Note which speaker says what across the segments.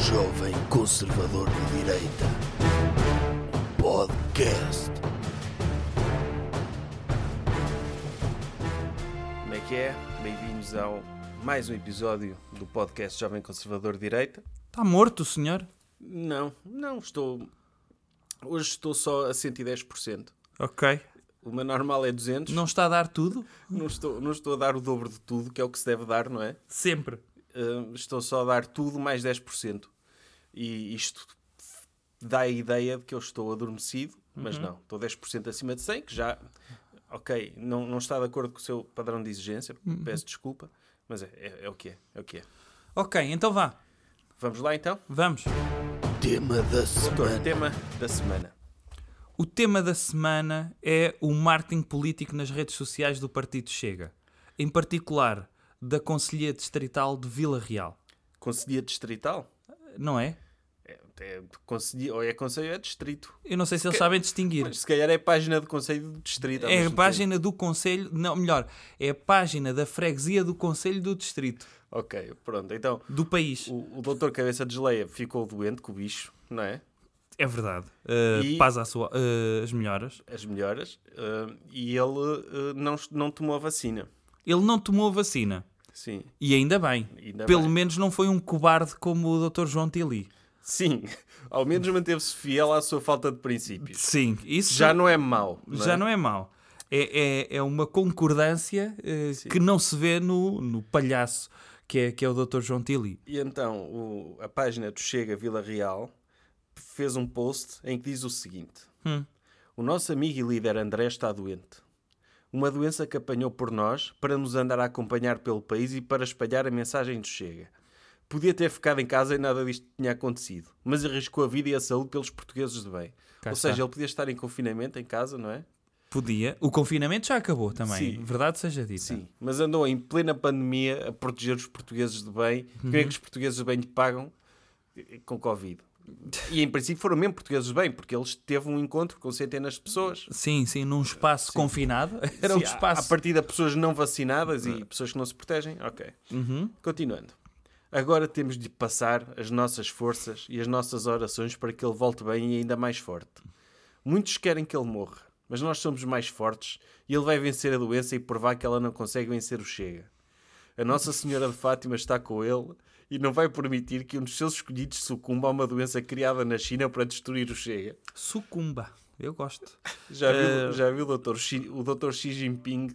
Speaker 1: jovem conservador de direita. Um podcast.
Speaker 2: Como é que é? Bem-vindos ao mais um episódio do podcast Jovem Conservador de Direita.
Speaker 3: Está Tá morto o senhor?
Speaker 2: Não, não estou. Hoje estou só a 110%.
Speaker 3: Ok.
Speaker 2: O meu normal é 200.
Speaker 3: Não está a dar tudo?
Speaker 2: Não estou, não estou a dar o dobro de tudo, que é o que se deve dar, não é?
Speaker 3: Sempre.
Speaker 2: Hum, estou só a dar tudo mais 10%. E isto dá a ideia de que eu estou adormecido, mas não. Estou 10% acima de 100, que já. Ok, não, não está de acordo com o seu padrão de exigência, peço desculpa, mas é, é- é o que é, é o que é.
Speaker 3: Ok, então vá.
Speaker 2: Vamos lá então?
Speaker 3: Vamos.
Speaker 1: Tema da
Speaker 2: Doutor,
Speaker 1: semana.
Speaker 2: tema da semana.
Speaker 3: O tema da semana é o marketing político nas redes sociais do Partido Chega. Em particular, da Conselhia Distrital de Vila Real.
Speaker 2: Conselhia distrital?
Speaker 3: Não é?
Speaker 2: É, é, conselho, ou é conselho ou é distrito.
Speaker 3: Eu não sei se eles sabem distinguir.
Speaker 2: Mas se calhar é página do conselho do distrito. ao
Speaker 3: É a
Speaker 2: mesmo
Speaker 3: página do Conselho. Não, melhor. É a página da freguesia do Conselho do Distrito.
Speaker 2: tempo. Ok, pronto. Então,
Speaker 3: Do país.
Speaker 2: o, o doutor Cabeça de Geleia ficou doente com o bicho, não é?
Speaker 3: É verdade. Uh,
Speaker 2: E-
Speaker 3: Paz à sua, uh, as melhoras.
Speaker 2: As melhoras. ah, e ele ah, não, não tomou a vacina.
Speaker 3: Ele não tomou a vacina.
Speaker 2: Sim.
Speaker 3: E ainda bem.
Speaker 2: Ainda
Speaker 3: Pelo
Speaker 2: bem.
Speaker 3: menos não foi um cobarde como o Dr. João Tili.
Speaker 2: Sim. Ao menos manteve-se fiel à sua falta de princípios.
Speaker 3: Sim, isso
Speaker 2: Já não é mau.
Speaker 3: não, já não é mau. É, é, é uma concordância eh, que não se vê no, no palhaço que é, que é o Dr. João Tili.
Speaker 2: E então o- a página do Chega Vila Real fez um post em que diz o seguinte:
Speaker 3: Hum.
Speaker 2: O nosso amigo e líder André está doente. Uma doença que apanhou por nós para nos andar a acompanhar pelo país e para espalhar a mensagem do Chega. Podia ter ficado em casa e nada disto tinha acontecido, mas arriscou a vida e a saúde pelos portugueses de bem.
Speaker 3: Cá
Speaker 2: Ou
Speaker 3: está.
Speaker 2: seja, ele podia estar em confinamento em casa, não é?
Speaker 3: Podia. O confinamento já acabou também.
Speaker 2: Sim.
Speaker 3: Verdade seja dita.
Speaker 2: Sim, mas andou em plena pandemia a proteger os portugueses de bem. Uhum. é que os portugueses de bem lhe pagam eh, com Covid? E em princípio foram mesmo portugueses de bem, porque eles teve um encontro com centenas de pessoas.
Speaker 3: Sim, sim, num espaço confinado. Era um
Speaker 2: Sim, À, à
Speaker 3: espaço.
Speaker 2: partida, pessoas não vacinadas e pessoas que não se protegem. Ok. Continuando. Agora temos de passar as nossas forças e as nossas orações para que ele volte bem e ainda mais forte. Muitos querem que ele morra, mas nós somos mais fortes e ele vai vencer a doença e provar que ela não consegue vencer o Chega. A Nossa Senhora de Fátima está com ele e não vai permitir que um dos seus escolhidos sucumba a uma doença criada na China para destruir o Chega.
Speaker 3: Sucumba. Eu gosto.
Speaker 2: Já
Speaker 3: Ehm,
Speaker 2: viu, já viu o doutor Xi- o Dr. Xi Jinping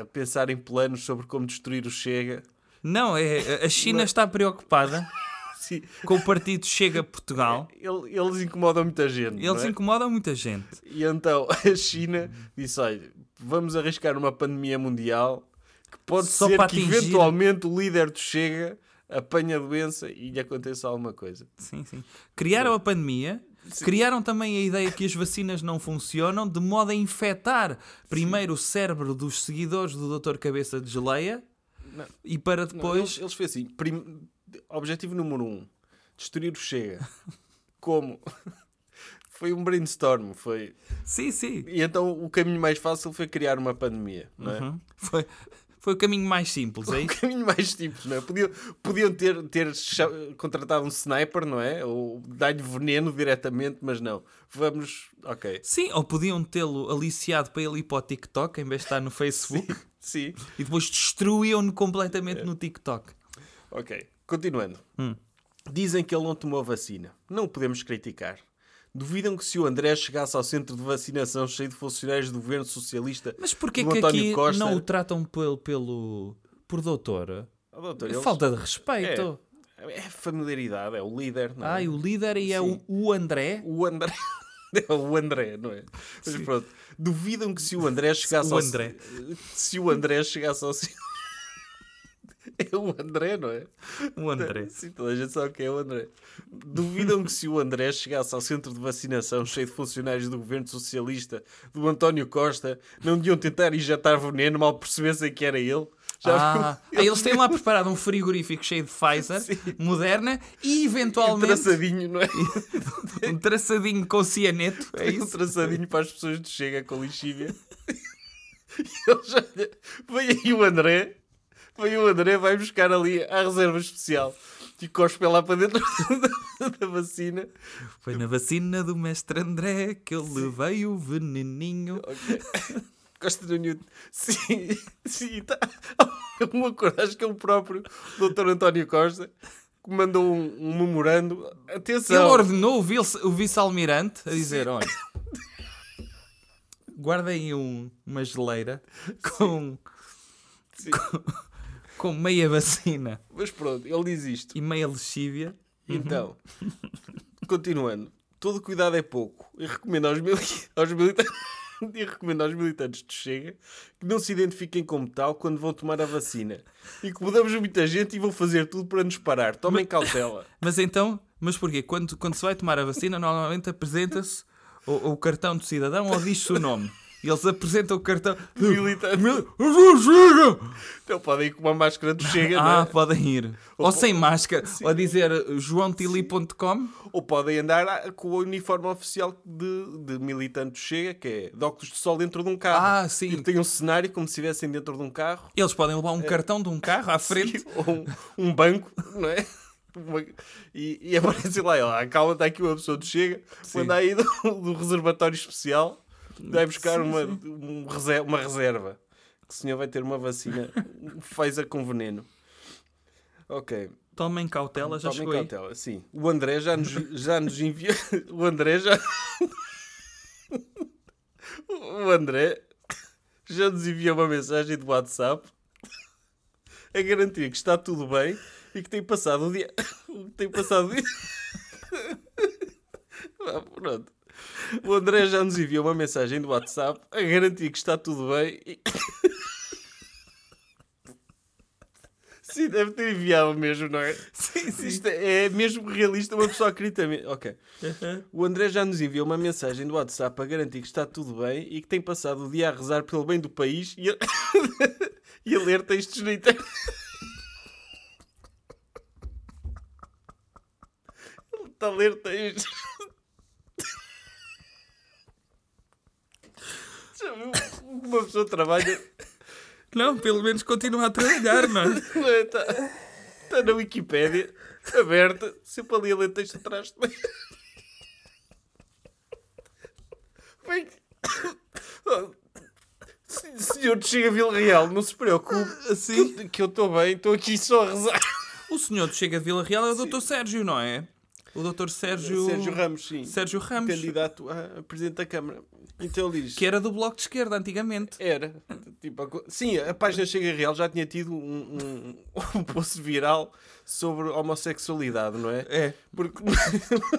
Speaker 2: a pensar em planos sobre como destruir o Chega?
Speaker 3: Não, é, a China está preocupada
Speaker 2: Sim,
Speaker 3: com o partido Chega Portugal.
Speaker 2: ele- eles incomodam muita gente.
Speaker 3: Eles
Speaker 2: não é?
Speaker 3: incomodam muita gente.
Speaker 2: E então a China disse: olha, vamos arriscar uma pandemia mundial que pode
Speaker 3: Só
Speaker 2: ser
Speaker 3: para
Speaker 2: que
Speaker 3: atingir-
Speaker 2: eventualmente o líder do Chega apanhe a doença e lhe aconteça alguma coisa.
Speaker 3: Sim, sim. Criaram a pandemia, criaram também a ideia que as vacinas não funcionam, de modo a infectar primeiro o cérebro dos seguidores do Dr. Cabeça de Geleia
Speaker 2: Não.
Speaker 3: e para depois.
Speaker 2: Eles, eles foi assim: prim- objetivo número um: destruir o Chega. Como? Foi um brainstorm, foi.
Speaker 3: Sim, sim.
Speaker 2: E então o caminho mais fácil foi criar uma pandemia, não é?
Speaker 3: Uhum. Foi, foi o caminho mais simples, é
Speaker 2: O
Speaker 3: isso?
Speaker 2: caminho mais simples, não é? Podiam, podiam ter, ter cha- contratado um sniper, não é? Ou dar-lhe veneno diretamente, mas não. Vamos. Ok.
Speaker 3: Sim, ou podiam tê-lo aliciado para ele ir para o TikTok em vez de estar no Facebook
Speaker 2: Sim. É.
Speaker 3: e depois destruíam-no completamente no TikTok.
Speaker 2: Ok. Continuando.
Speaker 3: Hum.
Speaker 2: Dizem que ele não tomou vacina. Não o podemos criticar. Duvidam que se o André chegasse ao centro de vacinação cheio de funcionários do governo socialista
Speaker 3: Mas porquê
Speaker 2: do
Speaker 3: que
Speaker 2: António
Speaker 3: aqui
Speaker 2: Costa...
Speaker 3: não o tratam pelo, pelo, por doutor?
Speaker 2: Oh, doutor, eles-
Speaker 3: Falta de respeito.
Speaker 2: É, é familiaridade, é o líder, não é?
Speaker 3: Ai, o líder e é o, o André.
Speaker 2: O André. É o André, não é? Mas pronto. Duvidam que se o André chegasse
Speaker 3: O
Speaker 2: ao.
Speaker 3: André.
Speaker 2: Se o André chegasse ao. ci- É o André, não é?
Speaker 3: O André.
Speaker 2: Sim, toda a gente sabe que é o André. Duvidam que se o André chegasse ao centro de vacinação cheio de funcionários do governo socialista, do António Costa, não deviam tentar injetar veneno mal percebessem que era ele?
Speaker 3: Ah, ah, eles têm lá preparado um frigorífico cheio de Pfizer, moderna e eventualmente
Speaker 2: traçadinho, não é?
Speaker 3: um traçadinho com cianeto. É
Speaker 2: Tem um
Speaker 3: isso?
Speaker 2: traçadinho para as pessoas de chega com lixívia. E eles olha, vem aí o André, vem o André, vai buscar ali à reserva especial. e cospe lá para dentro da, da vacina.
Speaker 3: Foi na vacina do mestre André que eu levei o veneninho.
Speaker 2: Ok. Gosto do Newton. Sim, sim. Tá. Uma coisa, acho que é o próprio Dr. António Costa que mandou um, um memorando.
Speaker 3: Ele
Speaker 2: Atenção!
Speaker 3: ordenou o vice- o vice-almirante a dizer: olha, guardem um, uma geleira com,
Speaker 2: Sim.
Speaker 3: com, com meia vacina
Speaker 2: Mas pronto, ele diz isto.
Speaker 3: e meia lexívia.
Speaker 2: Então, continuando, todo cuidado é pouco. E recomendo aos, mili aos militantes. E recomendo aos militantes do Chega que não se identifiquem como tal quando vão tomar a vacina e que mudamos muita gente e vão fazer tudo para nos parar. Tomem cautela.
Speaker 3: Mas então, mas porquê? Quando, quando se vai tomar a vacina, normalmente apresenta-se o, o cartão do cidadão ou diz-se o nome. E eles apresentam o cartão.
Speaker 2: Militante. Então podem ir com uma máscara do Chega, não é?
Speaker 3: Ah, podem ir. Ou sem máscara, ou dizer eh, joãotili.com.
Speaker 2: ou podem andar a- com o uniforme oficial de, de militante do Chega, que é de óculos de sol dentro de um carro.
Speaker 3: Ah, sim.
Speaker 2: Tipo, tem um cenário como se estivessem dentro de um carro
Speaker 3: Eles podem levar um
Speaker 2: É.
Speaker 3: cartão de um carro à frente.
Speaker 2: ou um, um banco, não é? Uma- e, e aparece lá, ela, "Ah, calma, está aqui uma pessoa que chega, manda aí do, do reservatório especial, vai buscar uma, um rese- uma reserva. Que o senhor vai ter uma vacina, faz-a com veneno. Ok,
Speaker 3: Tomem cautela, já
Speaker 2: tomem
Speaker 3: chegou aí.
Speaker 2: cautela, sim. O André já nos, já nos enviou. O André já. O André já nos enviou uma mensagem do WhatsApp a garantir que está tudo bem e que tem passado o dia. que tem passado o dia. Ah, pronto. O André já nos enviou uma mensagem do WhatsApp a garantir que está tudo bem e. Sim, deve ter enviado mesmo, não é?
Speaker 3: Sim, sim.
Speaker 2: Isto é mesmo realista, uma pessoa acredita mesmo. Ok. O André já nos enviou uma mensagem do WhatsApp para garantir que está tudo bem e que tem passado o dia a rezar pelo bem do país e a, e a ler textos na internet. Ele está a ler textos. Já viu como uma pessoa trabalha?
Speaker 3: Não, pelo menos continua a trabalhar, não é?
Speaker 2: Está tá na Wikipédia, aberta, sempre ali a ler texto atrás de texto. Bem, oh, se- senhor de Chega Vila Real, não se preocupe,
Speaker 3: Assim.
Speaker 2: que eu- que eu estou bem, estou aqui só a rezar.
Speaker 3: O senhor que chega de Vila Real é o Dr. Sérgio, não é? O Dr. Sérgio.
Speaker 2: Sérgio Ramos, sim,
Speaker 3: Sérgio Ramos,
Speaker 2: candidato a presidente da Câmara. Então ele diz...
Speaker 3: que era do Bloco de Esquerda antigamente.
Speaker 2: Era. Tipo, a co- sim, a página Chega Real já tinha tido um, um, um post viral sobre homossexualidade, não é?
Speaker 3: É.
Speaker 2: Porque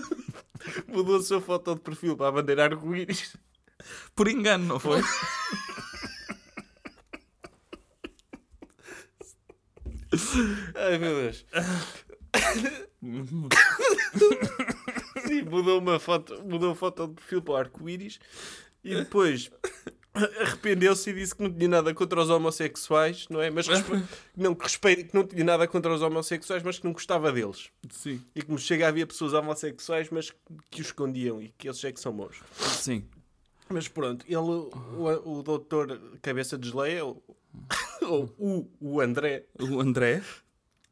Speaker 2: mudou a sua foto de perfil para a bandeira arco-íris.
Speaker 3: Por engano, não foi?
Speaker 2: Ai meu Deus. Sim, mudou uma foto, mudou a foto de perfil para o arco-íris e depois arrependeu-se e disse que não tinha nada contra os homossexuais, não é? Mas respe- não, que, respeito, que não tinha nada contra os homossexuais, mas que não gostava deles.
Speaker 3: Sim.
Speaker 2: E que me chega havia pessoas homossexuais, mas que os escondiam e que eles é que são bons.
Speaker 3: Sim.
Speaker 2: Mas pronto, ele, o, o doutor Cabeça de Geleia, ou ou o, o André,
Speaker 3: O André.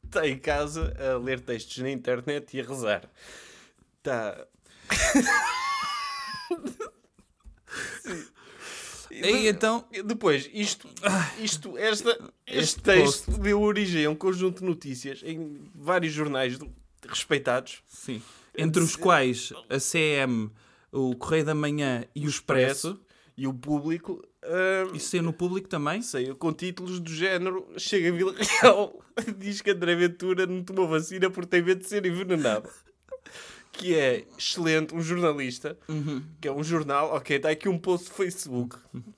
Speaker 2: está em casa a ler textos na internet e a rezar. Tá. Está.
Speaker 3: E então.
Speaker 2: Depois, isto, isto esta, este,
Speaker 3: Este
Speaker 2: texto deu origem a um conjunto de notícias em vários jornais do- respeitados.
Speaker 3: Sim. Entre os quais a CM, o Correio da Manhã e o Expresso.
Speaker 2: E o público. ah,
Speaker 3: Isso saiu no público também?
Speaker 2: saiu com títulos do género Chega a Vila Real, diz que André Ventura não tomou vacina porque tem medo de ser envenenado. Que é excelente, um jornalista,
Speaker 3: Uhum.
Speaker 2: que é um jornal, ok, está aqui um post do Facebook,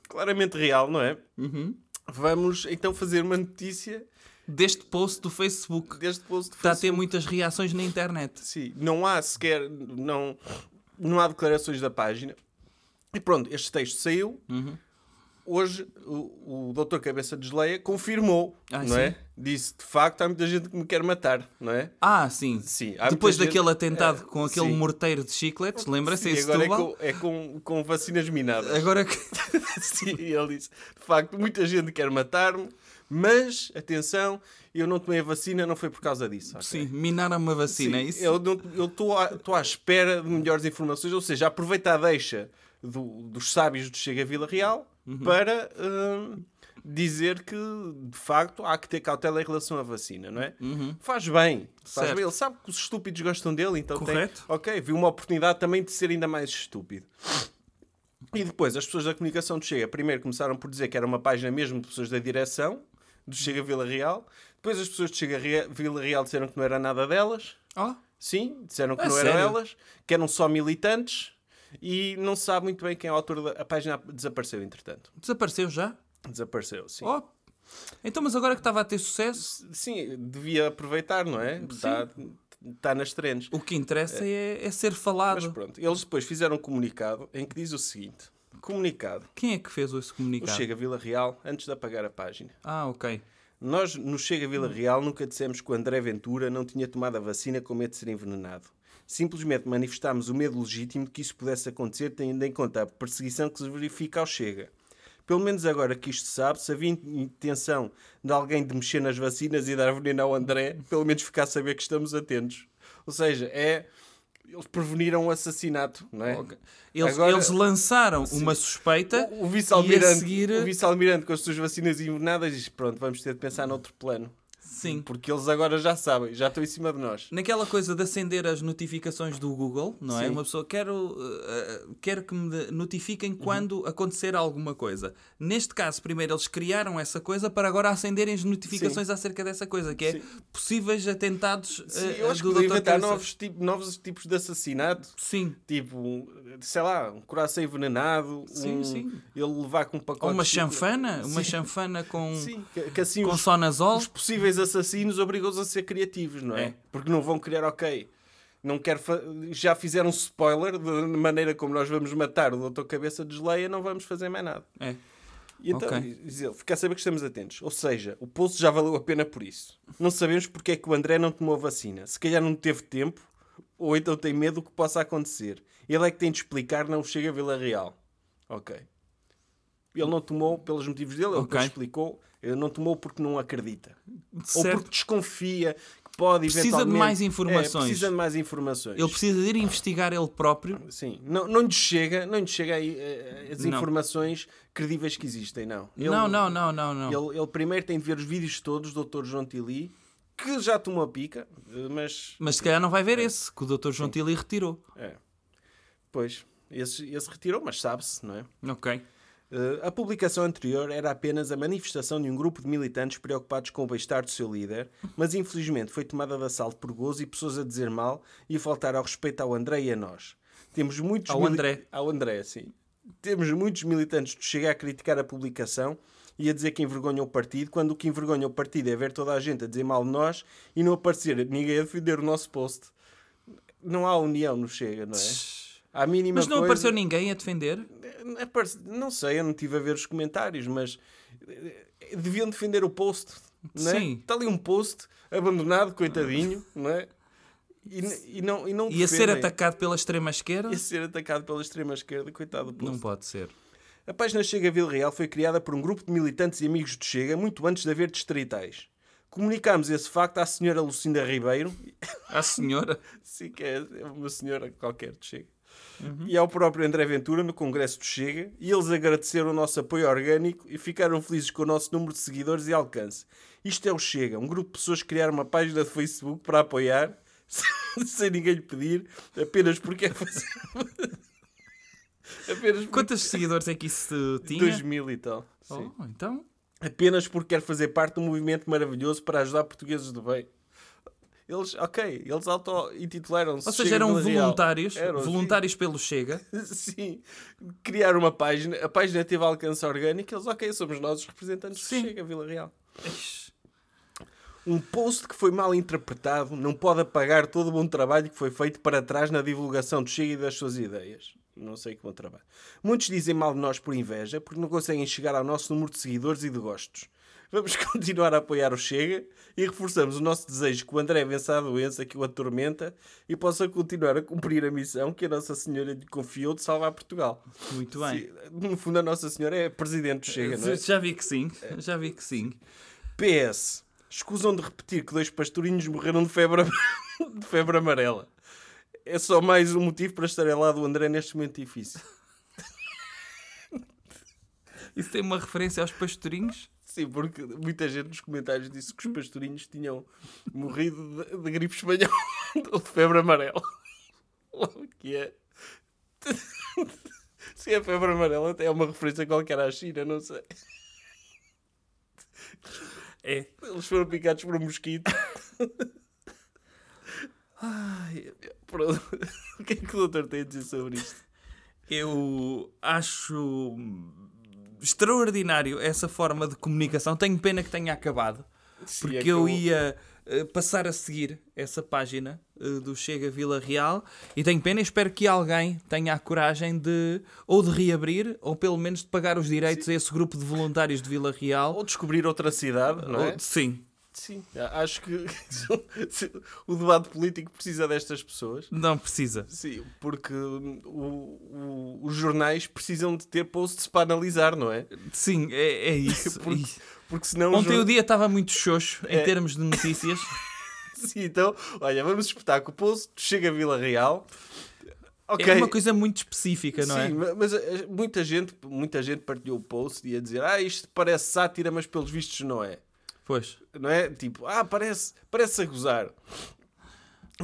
Speaker 2: claramente real, não é?
Speaker 3: Uhum.
Speaker 2: Vamos então fazer uma notícia
Speaker 3: Deste post do Facebook.
Speaker 2: deste post do
Speaker 3: Está Tá a
Speaker 2: Facebook.
Speaker 3: ter muitas reações na internet.
Speaker 2: Sim, não há sequer, não, não há declarações da página. E pronto, este texto saiu. Hoje o, o doutor Cabeça de Geleia confirmou,
Speaker 3: Ah,
Speaker 2: não
Speaker 3: sim?
Speaker 2: é? Disse, de facto, há muita gente que me quer matar, não é?
Speaker 3: Ah, sim.
Speaker 2: Sim, há
Speaker 3: Depois
Speaker 2: muita gente- É,
Speaker 3: daquele atentado com aquele
Speaker 2: sim.
Speaker 3: morteiro de chicletes, lembra-se?
Speaker 2: Sim,
Speaker 3: em
Speaker 2: agora é,
Speaker 3: Setúbal?
Speaker 2: com, é com, com vacinas minadas.
Speaker 3: Agora que.
Speaker 2: Sim, ele disse, de facto, muita gente quer matar-me, Mas, atenção, eu não tomei a vacina, não foi por causa disso. ok?
Speaker 3: Sim, minaram uma vacina, é isso?
Speaker 2: Eu estou à, tô à espera de melhores informações, ou seja, aproveita a deixa do- dos sábios do Chega Vila Real
Speaker 3: Uhum.
Speaker 2: para hum, dizer que, de facto, há que ter cautela em relação à vacina, não é? Faz bem, faz
Speaker 3: Uhum. Certo.
Speaker 2: bem. Ele sabe que os estúpidos gostam dele, então
Speaker 3: Correto.
Speaker 2: tem... Ok, viu uma oportunidade também de ser ainda mais estúpido. E depois, as pessoas da comunicação do Chega, primeiro começaram por dizer que era uma página mesmo de pessoas da direção, do Chega Vila Real. Depois as pessoas do Chega Rea- Vila Real disseram que não era nada delas.
Speaker 3: Ó,
Speaker 2: Sim, disseram que
Speaker 3: A
Speaker 2: não
Speaker 3: sério?
Speaker 2: eram elas, que eram só militantes. E não se sabe muito bem quem é o autor da... A página desapareceu, entretanto.
Speaker 3: desapareceu já?
Speaker 2: Desapareceu, sim.
Speaker 3: Ó, então mas agora que estava a ter sucesso,
Speaker 2: Sim, devia aproveitar, não é? Está tá nas trends.
Speaker 3: o que interessa é, é ser
Speaker 2: Mas
Speaker 3: falado.
Speaker 2: pronto, eles depois fizeram um comunicado em que diz o seguinte. Comunicado.
Speaker 3: Quem é que fez esse
Speaker 2: O
Speaker 3: comunicado?
Speaker 2: Chega Vila Real, antes de apagar a página.
Speaker 3: Ah, ok.
Speaker 2: Nós, no Chega Vila Real, nunca dissemos que o André Ventura não tinha tomado a vacina com medo de ser envenenado. Simplesmente manifestámos o medo legítimo de que isso pudesse acontecer, tendo em conta a perseguição que se verifica ao Chega. Pelo menos agora que isto se sabe, se havia in- intenção de alguém de mexer nas vacinas e dar veneno ao André, pelo menos ficar a saber que estamos atentos. Ou seja, é. Eles preveniram o assassinato, não é?
Speaker 3: Eles,
Speaker 2: Agora-
Speaker 3: eles lançaram uma suspeita
Speaker 2: O, o
Speaker 3: e a
Speaker 2: vice-almirante
Speaker 3: seguir...
Speaker 2: o vice-almirante com as suas vacinas envenenadas diz: Pronto, vamos ter de pensar noutro plano.
Speaker 3: Sim.
Speaker 2: Porque eles agora já sabem, já estão em cima de nós.
Speaker 3: Naquela coisa de acender as notificações do Google, não é?
Speaker 2: Sim.
Speaker 3: Uma pessoa, quero, uh, uh, quero que me de- notifiquem
Speaker 2: Uhum.
Speaker 3: quando acontecer alguma coisa. Neste caso, primeiro eles criaram essa coisa para agora acenderem as notificações acerca dessa coisa, que é
Speaker 2: Sim.
Speaker 3: possíveis atentados
Speaker 2: Sim,
Speaker 3: uh,
Speaker 2: eu acho que
Speaker 3: do
Speaker 2: devia
Speaker 3: Dr.
Speaker 2: Eh, inventar
Speaker 3: Cabeça-
Speaker 2: novos, tipo- novos tipos de assassinato.
Speaker 3: Sim.
Speaker 2: Tipo, um, sei lá, um coração envenenado.
Speaker 3: Sim,
Speaker 2: um-
Speaker 3: sim.
Speaker 2: Ele levar com um pacote.
Speaker 3: Ou uma
Speaker 2: de chocolate.
Speaker 3: chanfana, uma
Speaker 2: Sim,
Speaker 3: chanfana com,
Speaker 2: Sim, que, que assim
Speaker 3: com
Speaker 2: os,
Speaker 3: sonazol.
Speaker 2: os possíveis assassinos obrigam-os a ser criativos, não é?
Speaker 3: É.
Speaker 2: Porque não vão querer, ok. Não quero fa- já fizeram spoiler da maneira como nós vamos matar o Doutor Cabeça desleia, não vamos fazer mais nada.
Speaker 3: É.
Speaker 2: E então,
Speaker 3: Ok.
Speaker 2: diz ele, fica a saber que estamos atentos. Ou seja, o poço já valeu a pena por isso. Não sabemos porque é que o André não tomou a vacina. Se calhar não teve tempo, ou então tem medo do que possa acontecer. Ele é que tem de explicar, não chega a Vila Real. Ok. Ele não tomou pelos motivos dele, ele
Speaker 3: Ok.
Speaker 2: depois explicou. Ele não tomou porque não acredita. Ou
Speaker 3: Certo.
Speaker 2: porque desconfia que pode
Speaker 3: Precisa de
Speaker 2: eventualmente...
Speaker 3: mais informações.
Speaker 2: É, precisa de mais informações.
Speaker 3: Ele precisa
Speaker 2: Ah.
Speaker 3: de ir investigar ele próprio.
Speaker 2: Sim, não, não lhe chega, não lhe chega aí, eh, as
Speaker 3: Não.
Speaker 2: informações credíveis que existem, não. Ele-
Speaker 3: Não, não, não, não, não.
Speaker 2: ele, ele primeiro tem de ver os vídeos todos do Dr. João Tili, que já tomou a pica, mas.
Speaker 3: Mas se calhar não vai ver esse, que o Dr. João Tilly retirou.
Speaker 2: É. Pois, esse, esse retirou, mas sabe-se, não é?
Speaker 3: Ok.
Speaker 2: Eh, a publicação anterior era apenas a manifestação de um grupo de militantes preocupados com o bem-estar do seu líder, mas infelizmente foi tomada de assalto por gozo e pessoas a dizer mal e a faltar ao respeito ao André e a nós. Temos muitos
Speaker 3: Ao
Speaker 2: mili-
Speaker 3: André.
Speaker 2: Ao André, sim. Temos muitos militantes que chegam a criticar a publicação e a dizer que envergonha o partido, quando o que envergonha o partido é ver toda a gente a dizer mal de nós e não aparecer ninguém a defender o nosso post. Não há união no Chega, não é? Há a mínima
Speaker 3: Mas não
Speaker 2: coisa-
Speaker 3: apareceu ninguém a defender?
Speaker 2: é, parece- Não sei, eu não estive a ver os comentários, mas eh, deviam defender o post. Não é?
Speaker 3: Sim.
Speaker 2: Está ali um post abandonado, coitadinho, não é? E, n- e não, e não
Speaker 3: Ia ser
Speaker 2: defendem.
Speaker 3: atacado pela extrema esquerda?
Speaker 2: Ia ser atacado pela extrema esquerda, coitado do post.
Speaker 3: Não pode ser.
Speaker 2: A página Chega Vila Real foi criada por um grupo de militantes e amigos do Chega muito antes de haver distritais. Comunicámos esse facto à senhora Lucinda Ribeiro,
Speaker 3: A Ah, senhora.
Speaker 2: Sim, que é é uma senhora qualquer do Chega.
Speaker 3: Uhum.
Speaker 2: E ao próprio André Ventura no Congresso do Chega, e eles agradeceram o nosso apoio orgânico e ficaram felizes com o nosso número de seguidores e alcance. Isto é o Chega, um grupo de pessoas que criaram uma página de Facebook para apoiar, sem ninguém lhe pedir, apenas porque é fazer. apenas porque.
Speaker 3: Quantos seguidores é que isso tinha?
Speaker 2: 2000 e tal. Sim.
Speaker 3: Oh, então,
Speaker 2: Apenas porque quer fazer parte de um movimento maravilhoso para ajudar portugueses do bem. Eles, ok, eles auto-intitularam-se.
Speaker 3: ou seja,
Speaker 2: Chega
Speaker 3: eram
Speaker 2: Vila Real.
Speaker 3: voluntários,
Speaker 2: Eram, sim.
Speaker 3: voluntários pelo Chega.
Speaker 2: Sim, criar uma página, a página teve alcance orgânico, eles, ok, somos nós os representantes
Speaker 3: Sim.
Speaker 2: que chega a Vila Real.
Speaker 3: Ixi,
Speaker 2: Um post que foi mal interpretado não pode apagar todo o bom trabalho que foi feito para trás na divulgação do Chega e das suas ideias. Não sei que bom trabalho. Muitos dizem mal de nós por inveja, porque não conseguem chegar ao nosso número de seguidores e de gostos. Vamos continuar a apoiar o Chega e reforçamos o nosso desejo que o André vença a doença que o atormenta e possa continuar a cumprir a missão que a Nossa Senhora lhe confiou de salvar Portugal.
Speaker 3: Muito bem.
Speaker 2: Sim, No fundo, a Nossa Senhora é presidente do Chega, não é?
Speaker 3: Já vi que sim, já vi que sim.
Speaker 2: PS. Escusam de repetir que dois pastorinhos morreram de febre, am- de febre amarela. É só mais um motivo para estarem lá do André neste momento difícil.
Speaker 3: Isso tem uma referência aos pastorinhos?
Speaker 2: Sim, porque muita gente nos comentários disse que os pastorinhos tinham morrido de, de gripe espanhola ou de febre amarela. O que é? Se é febre amarela, até é uma referência qualquer à China, não sei.
Speaker 3: É.
Speaker 2: Eles foram picados por um mosquito. Ai, pronto. O que é que o doutor tem a dizer sobre isto?
Speaker 3: Eu acho extraordinário essa forma de comunicação. Tenho pena que tenha acabado,
Speaker 2: Sim,
Speaker 3: porque
Speaker 2: acabou.
Speaker 3: eu ia eh, passar a seguir essa página eh, do Chega Vila Real e tenho pena e espero que alguém tenha a coragem de ou de reabrir ou pelo menos de pagar os direitos a esse grupo de voluntários de Vila Real.
Speaker 2: Ou descobrir outra cidade, não é?
Speaker 3: Ou- Sim.
Speaker 2: Sim, acho que o debate político precisa destas pessoas.
Speaker 3: Não precisa.
Speaker 2: Sim, porque hum, o- o- os jornais precisam de ter posts para analisar, não é?
Speaker 3: Sim, é, é isso.
Speaker 2: Porque-
Speaker 3: E-
Speaker 2: Porque senão. os
Speaker 3: Ontem
Speaker 2: jor-
Speaker 3: o dia estava muito xoxo em
Speaker 2: É.
Speaker 3: termos de notícias.
Speaker 2: Sim, então, olha, vamos espetar que o post chega a Vila Real. Ok.
Speaker 3: É uma coisa muito específica, não é?
Speaker 2: Sim, ma- mas eh, muita gente, muita gente partilhou o post e ia dizer: Ah, isto parece sátira, mas pelos vistos não é.
Speaker 3: Pois.
Speaker 2: Não é? Tipo, ah, parece, parece a gozar.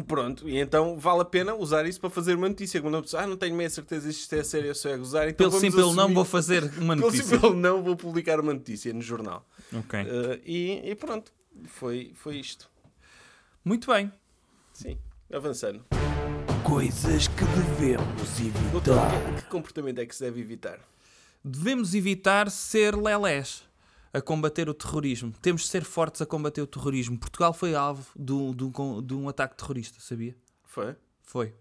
Speaker 2: Pronto, e então vale a pena usar isso para fazer uma notícia. Quando a pessoa, ah, não tenho meia certeza se isto é sério ou se é a gozar, então
Speaker 3: Pelo sim,
Speaker 2: vamos
Speaker 3: pelo não,
Speaker 2: assumir-
Speaker 3: vou fazer uma
Speaker 2: Pelo sim,
Speaker 3: notícia.
Speaker 2: pelo não, vou publicar uma notícia no jornal.
Speaker 3: Ok.
Speaker 2: Eh, e, e pronto, foi, foi isto.
Speaker 3: Muito bem.
Speaker 2: Sim, avançando.
Speaker 1: Coisas que devemos
Speaker 2: Doutor,
Speaker 1: evitar.
Speaker 2: que, que comportamento é que se deve evitar?
Speaker 3: Devemos evitar ser lelés a combater o terrorismo. Temos de ser fortes a combater o terrorismo. Portugal foi alvo de um, de um con- de um ataque terrorista, sabia?
Speaker 2: Foi?
Speaker 3: Foi.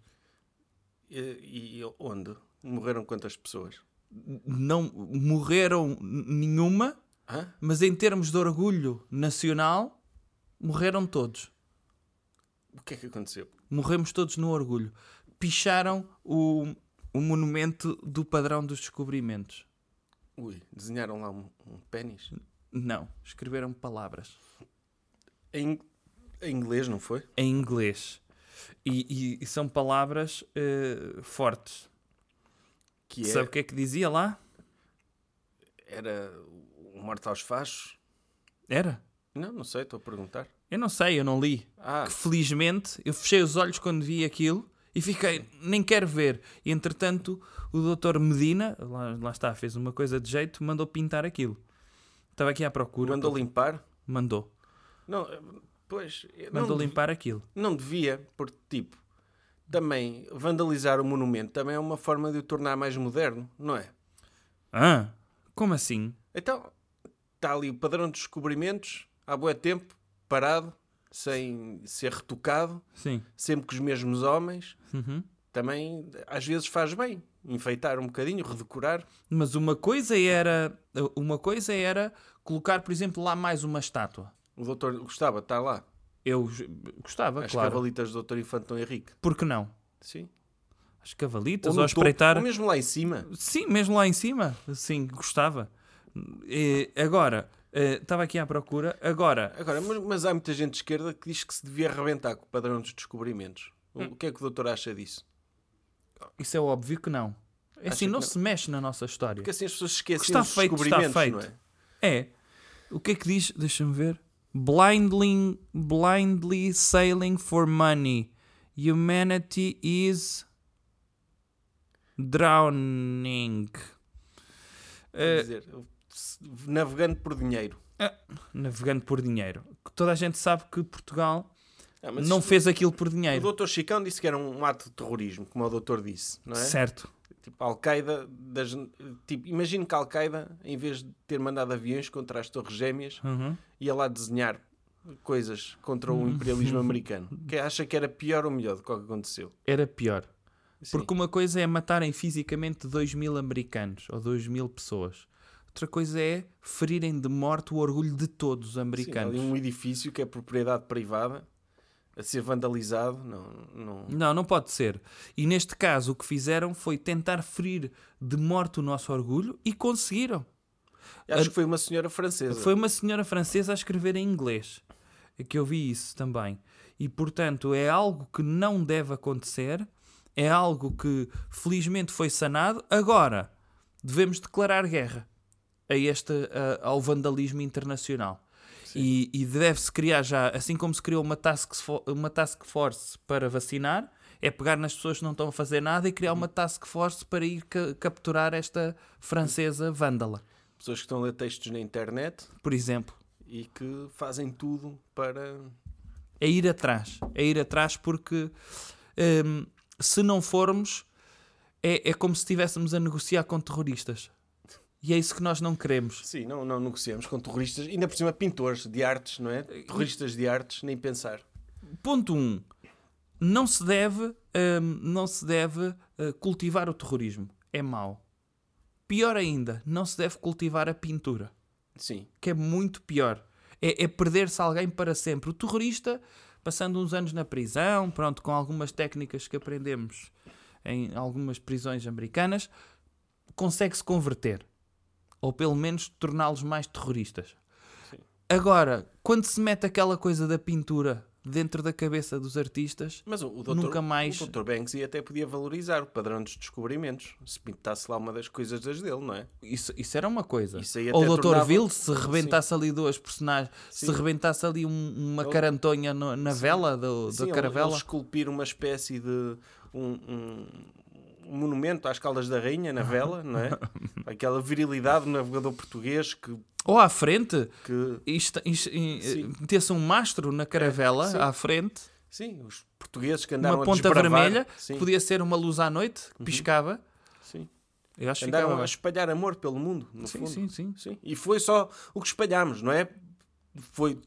Speaker 2: E, e onde? Morreram quantas pessoas?
Speaker 3: Não morreram n- nenhuma,
Speaker 2: Hã?
Speaker 3: mas em termos de orgulho nacional, morreram todos.
Speaker 2: O que é que aconteceu?
Speaker 3: Morremos todos no orgulho. Picharam o, o monumento do padrão dos descobrimentos.
Speaker 2: Ui, desenharam lá um, um pênis?
Speaker 3: Não, escreveram palavras.
Speaker 2: Em, em inglês, não foi?
Speaker 3: em inglês. E, e- e são palavras eh, fortes.
Speaker 2: Que é-
Speaker 3: Sabe o que é que dizia lá?
Speaker 2: era um morte aos fachos?
Speaker 3: Era?
Speaker 2: Não, não sei, estou a perguntar.
Speaker 3: Eu não sei, eu não li.
Speaker 2: Ah,
Speaker 3: Que felizmente eu fechei os olhos quando vi aquilo e fiquei, nem quero ver. E entretanto, o doutor Medina, lá, lá está, fez uma coisa de jeito, mandou pintar aquilo. Estava aqui à procura.
Speaker 2: mandou limpar?
Speaker 3: Mandou.
Speaker 2: Não, eh, pois. eu não
Speaker 3: Mandou
Speaker 2: dev-
Speaker 3: limpar aquilo.
Speaker 2: Não devia, porque, tipo, também vandalizar o monumento também é uma forma de o tornar mais moderno, não é?
Speaker 3: Ah, como assim?
Speaker 2: Então, está ali o padrão de descobrimentos, há bué tempo, parado, sem ser retocado,
Speaker 3: Sim.
Speaker 2: sempre com os mesmos homens.
Speaker 3: Uhum.
Speaker 2: Também, às vezes, faz bem enfeitar um bocadinho, redecorar.
Speaker 3: Mas uma coisa era, uma coisa era colocar, por exemplo, lá mais uma estátua.
Speaker 2: O doutor gostava de estar lá.
Speaker 3: Eu j- gostava,
Speaker 2: As
Speaker 3: claro.
Speaker 2: cavalitas do doutor Infantão Henrique.
Speaker 3: Por que não?
Speaker 2: Sim.
Speaker 3: As cavalitas
Speaker 2: no
Speaker 3: ou, a
Speaker 2: topo,
Speaker 3: espreitar.
Speaker 2: ou mesmo lá em cima.
Speaker 3: Sim, mesmo lá em cima. Sim, gostava. Eh, agora, eh, estava aqui à procura. Agora,
Speaker 2: Agora, mas, mas há muita gente de esquerda que diz que se devia arrebentar com o padrão dos descobrimentos.
Speaker 3: Hum.
Speaker 2: O, o que é que o doutor acha disso?
Speaker 3: isso é óbvio que não. É
Speaker 2: Acha
Speaker 3: assim,
Speaker 2: que
Speaker 3: não,
Speaker 2: não?
Speaker 3: se mexe na nossa história.
Speaker 2: Porque assim as pessoas esquecem
Speaker 3: Está
Speaker 2: dos
Speaker 3: feito, está
Speaker 2: descobrimentos,
Speaker 3: feito.
Speaker 2: não é?
Speaker 3: É. O que é que diz? Deixa-me ver. Blindly, blindly sailing for money. Humanity is drowning.
Speaker 2: Quer
Speaker 3: Eh,
Speaker 2: dizer, se- navegando por dinheiro.
Speaker 3: Ah, navegando por dinheiro. Toda a gente sabe que Portugal
Speaker 2: Ah, mas
Speaker 3: não
Speaker 2: isto-
Speaker 3: fez aquilo por
Speaker 2: O
Speaker 3: dinheiro.
Speaker 2: doutor Chicão disse que era um ato de terrorismo, como o doutor disse, não é?
Speaker 3: Certo.
Speaker 2: Tipo, a Al-Qaeda... Das... Tipo, imagino que a Al-Qaeda, em vez de ter mandado aviões contra as Torres Gêmeas,
Speaker 3: Uhum.
Speaker 2: ia lá desenhar coisas contra o imperialismo
Speaker 3: Uhum.
Speaker 2: americano. Que acha que era pior ou melhor do que o que aconteceu?
Speaker 3: Era pior.
Speaker 2: Sim.
Speaker 3: Porque uma coisa é matarem fisicamente 2 mil americanos ou 2 mil pessoas. Outra coisa é ferirem de morte o orgulho de todos os
Speaker 2: Sim,
Speaker 3: americanos.
Speaker 2: ali um edifício que é propriedade privada a ser vandalizado, não, não...
Speaker 3: Não, não pode ser. E neste caso, o que fizeram foi tentar ferir de morte o nosso orgulho e conseguiram.
Speaker 2: Acho que foi uma senhora francesa.
Speaker 3: Foi uma senhora francesa a escrever em inglês é que eu vi isso também. E portanto é algo que não deve acontecer, é algo que felizmente foi sanado. Agora devemos declarar guerra a este, a- ao vandalismo internacional. E, e deve-se criar já, assim como se criou uma task, fo- uma task force para vacinar, é pegar nas pessoas que não estão a fazer nada e criar uma task force para ir ca- capturar esta francesa vândala,
Speaker 2: Pessoas que estão a ler textos na internet
Speaker 3: por exemplo.
Speaker 2: e que fazem tudo para.
Speaker 3: é ir atrás. É ir atrás porque hum, se não formos, é, é como se estivéssemos a negociar com terroristas. E é isso que nós não queremos.
Speaker 2: Sim, não, não negociamos com terroristas, ainda por cima pintores de artes, não é? Terroristas de artes, nem pensar.
Speaker 3: Ponto 1. Um, não se deve, hum, não se deve uh, cultivar o terrorismo. É mau. Pior ainda, não se deve cultivar a pintura.
Speaker 2: Sim,
Speaker 3: que é muito pior. É, é perder-se alguém para sempre. O terrorista, passando uns anos na prisão, pronto, com algumas técnicas que aprendemos em algumas prisões americanas, consegue-se converter. Ou pelo menos torná-los mais terroristas. Agora, quando se mete aquela coisa da pintura dentro da cabeça dos artistas,
Speaker 2: mas o, o Dr.
Speaker 3: Nunca mais-
Speaker 2: o Dr. Banksy até podia valorizar o padrão dos descobrimentos, se pintasse lá uma das coisas das dele, não é?
Speaker 3: isso, isso era uma coisa.
Speaker 2: Isso aí
Speaker 3: Ou
Speaker 2: até
Speaker 3: o Dr.
Speaker 2: tornava-
Speaker 3: Ville, se rebentasse ali duas personagens, se
Speaker 2: Sim.
Speaker 3: rebentasse ali um- uma
Speaker 2: Ele-
Speaker 3: carantonha no- na vela do,
Speaker 2: Sim,
Speaker 3: da
Speaker 2: ele-
Speaker 3: caravela.
Speaker 2: ele esculpir uma espécie de um, um- um monumento às caldas da rainha na vela, não é? Aquela virilidade do navegador português que,
Speaker 3: Ou à frente,
Speaker 2: que
Speaker 3: isto- isto- em-
Speaker 2: Sim.
Speaker 3: meter-se um mastro na caravela
Speaker 2: sim.
Speaker 3: à frente,
Speaker 2: sim, os portugueses que andaram
Speaker 3: uma
Speaker 2: a
Speaker 3: ponta
Speaker 2: desbravar,
Speaker 3: vermelha,
Speaker 2: sim, Uhum.
Speaker 3: podia ser uma luz à noite, que piscava.
Speaker 2: sim,
Speaker 3: Eu acho que
Speaker 2: andaram
Speaker 3: ficava
Speaker 2: a
Speaker 3: bem.
Speaker 2: espalhar amor pelo mundo, no
Speaker 3: Sim,
Speaker 2: fundo.
Speaker 3: sim, sim.
Speaker 2: Sim, E foi só o que espalhámos, não é? Foi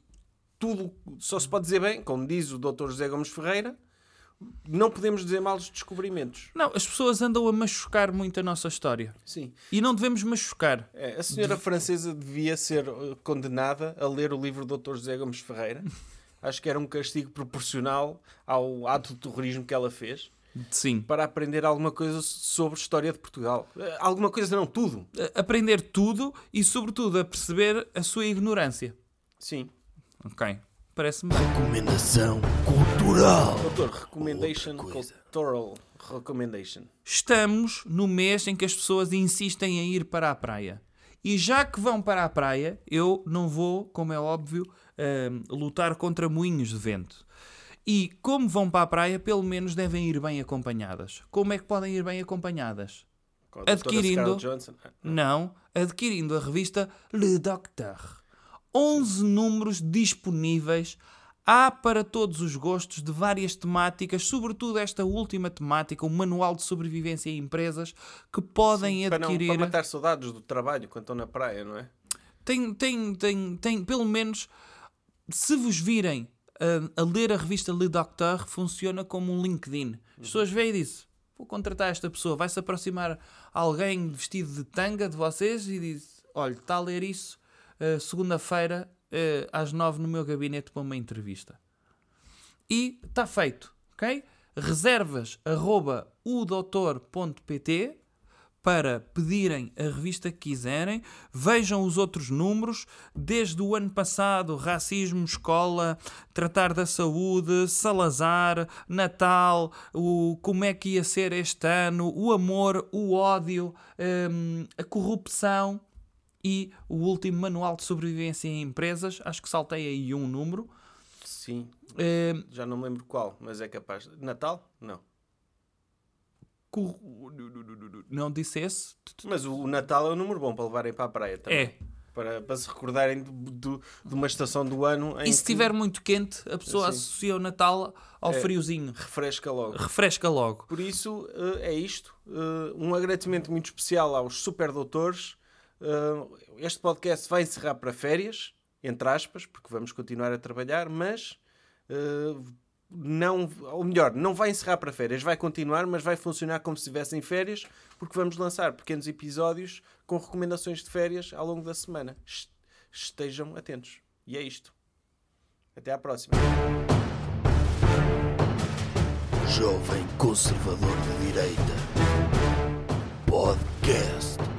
Speaker 2: tudo, só se pode dizer bem, como diz o Dr. José Gomes Ferreira, não podemos dizer mal os descobrimentos.
Speaker 3: Não, as pessoas andam a machucar muito a nossa história.
Speaker 2: Sim.
Speaker 3: E não devemos machucar.
Speaker 2: É, a senhora francesa devia ser eh, condenada a ler o livro do Dr. José Gomes Ferreira. Acho que era um castigo proporcional ao ato de terrorismo que ela fez
Speaker 3: Sim.
Speaker 2: para aprender alguma coisa sobre história de Portugal. Eh, Alguma coisa, não, tudo.
Speaker 3: A- Aprender tudo e, sobretudo, a perceber a sua ignorância.
Speaker 2: Sim.
Speaker 3: Ok. Parece-me bem.
Speaker 1: Recomendação cultural.
Speaker 2: Doutor, recommendation
Speaker 1: Outra coisa.
Speaker 2: cultural recommendation.
Speaker 3: Estamos no mês em que as pessoas insistem em ir para a praia. E já que vão para a praia, eu não vou, como é óbvio, hum, lutar contra moinhos de vento. E como vão para a praia, pelo menos devem ir bem acompanhadas. Como é que podem ir bem acompanhadas?
Speaker 2: Com a doutora
Speaker 3: Adquirindo-
Speaker 2: Scarlett Johansson. Ah,
Speaker 3: Não, adquirindo a revista Le Docteur. 11 números disponíveis. Há para todos os gostos de várias temáticas, sobretudo esta última temática, o Manual de Sobrevivência em Empresas, que podem
Speaker 2: para, não,
Speaker 3: adquirir.
Speaker 2: para matar saudades do trabalho quando estão na praia, não é?
Speaker 3: Tem, tem, tem, tem, pelo menos, se vos virem ah, a, ler a revista Le Docteur, funciona como um LinkedIn. As pessoas veem disso. Vou contratar esta pessoa. Vai-se aproximar alguém vestido de tanga de vocês e diz: Olha, está a ler isso ah, segunda-feira ah, às nove no meu gabinete para uma entrevista. E está feito, ok? Reservas arroba udoutor.pt para pedirem a revista que quiserem, vejam os outros números, desde o ano passado, racismo, escola, tratar da saúde, Salazar, Natal, o como é que ia ser este ano, o amor, o ódio, hum, a corrupção e o último manual de sobrevivência em empresas, acho que saltei aí um número.
Speaker 2: Sim.
Speaker 3: Hum,
Speaker 2: Já não me lembro qual, mas é capaz. Natal? Não.
Speaker 3: cor- Não disse esse?
Speaker 2: Mas o o Natal é um número bom para levarem para a praia também.
Speaker 3: É.
Speaker 2: Para, para se recordarem de, de- de uma estação do ano em
Speaker 3: E se
Speaker 2: que
Speaker 3: estiver muito quente, a pessoa
Speaker 2: Sim.
Speaker 3: associa o Natal ao friozinho.
Speaker 2: refresca logo.
Speaker 3: refresca logo.
Speaker 2: Por isso, eh, é isto. Eh, Um agradecimento muito especial aos super doutores. Eh, Este podcast vai encerrar para férias, entre aspas, porque vamos continuar a trabalhar, mas eh, não, ou melhor, não vai encerrar para férias, vai continuar, mas vai funcionar como se estivessem em férias, porque vamos lançar pequenos episódios com recomendações de férias ao longo da semana. Es- Estejam atentos. E é isto. Até à próxima.
Speaker 1: Jovem Conservador de Direita. Podcast.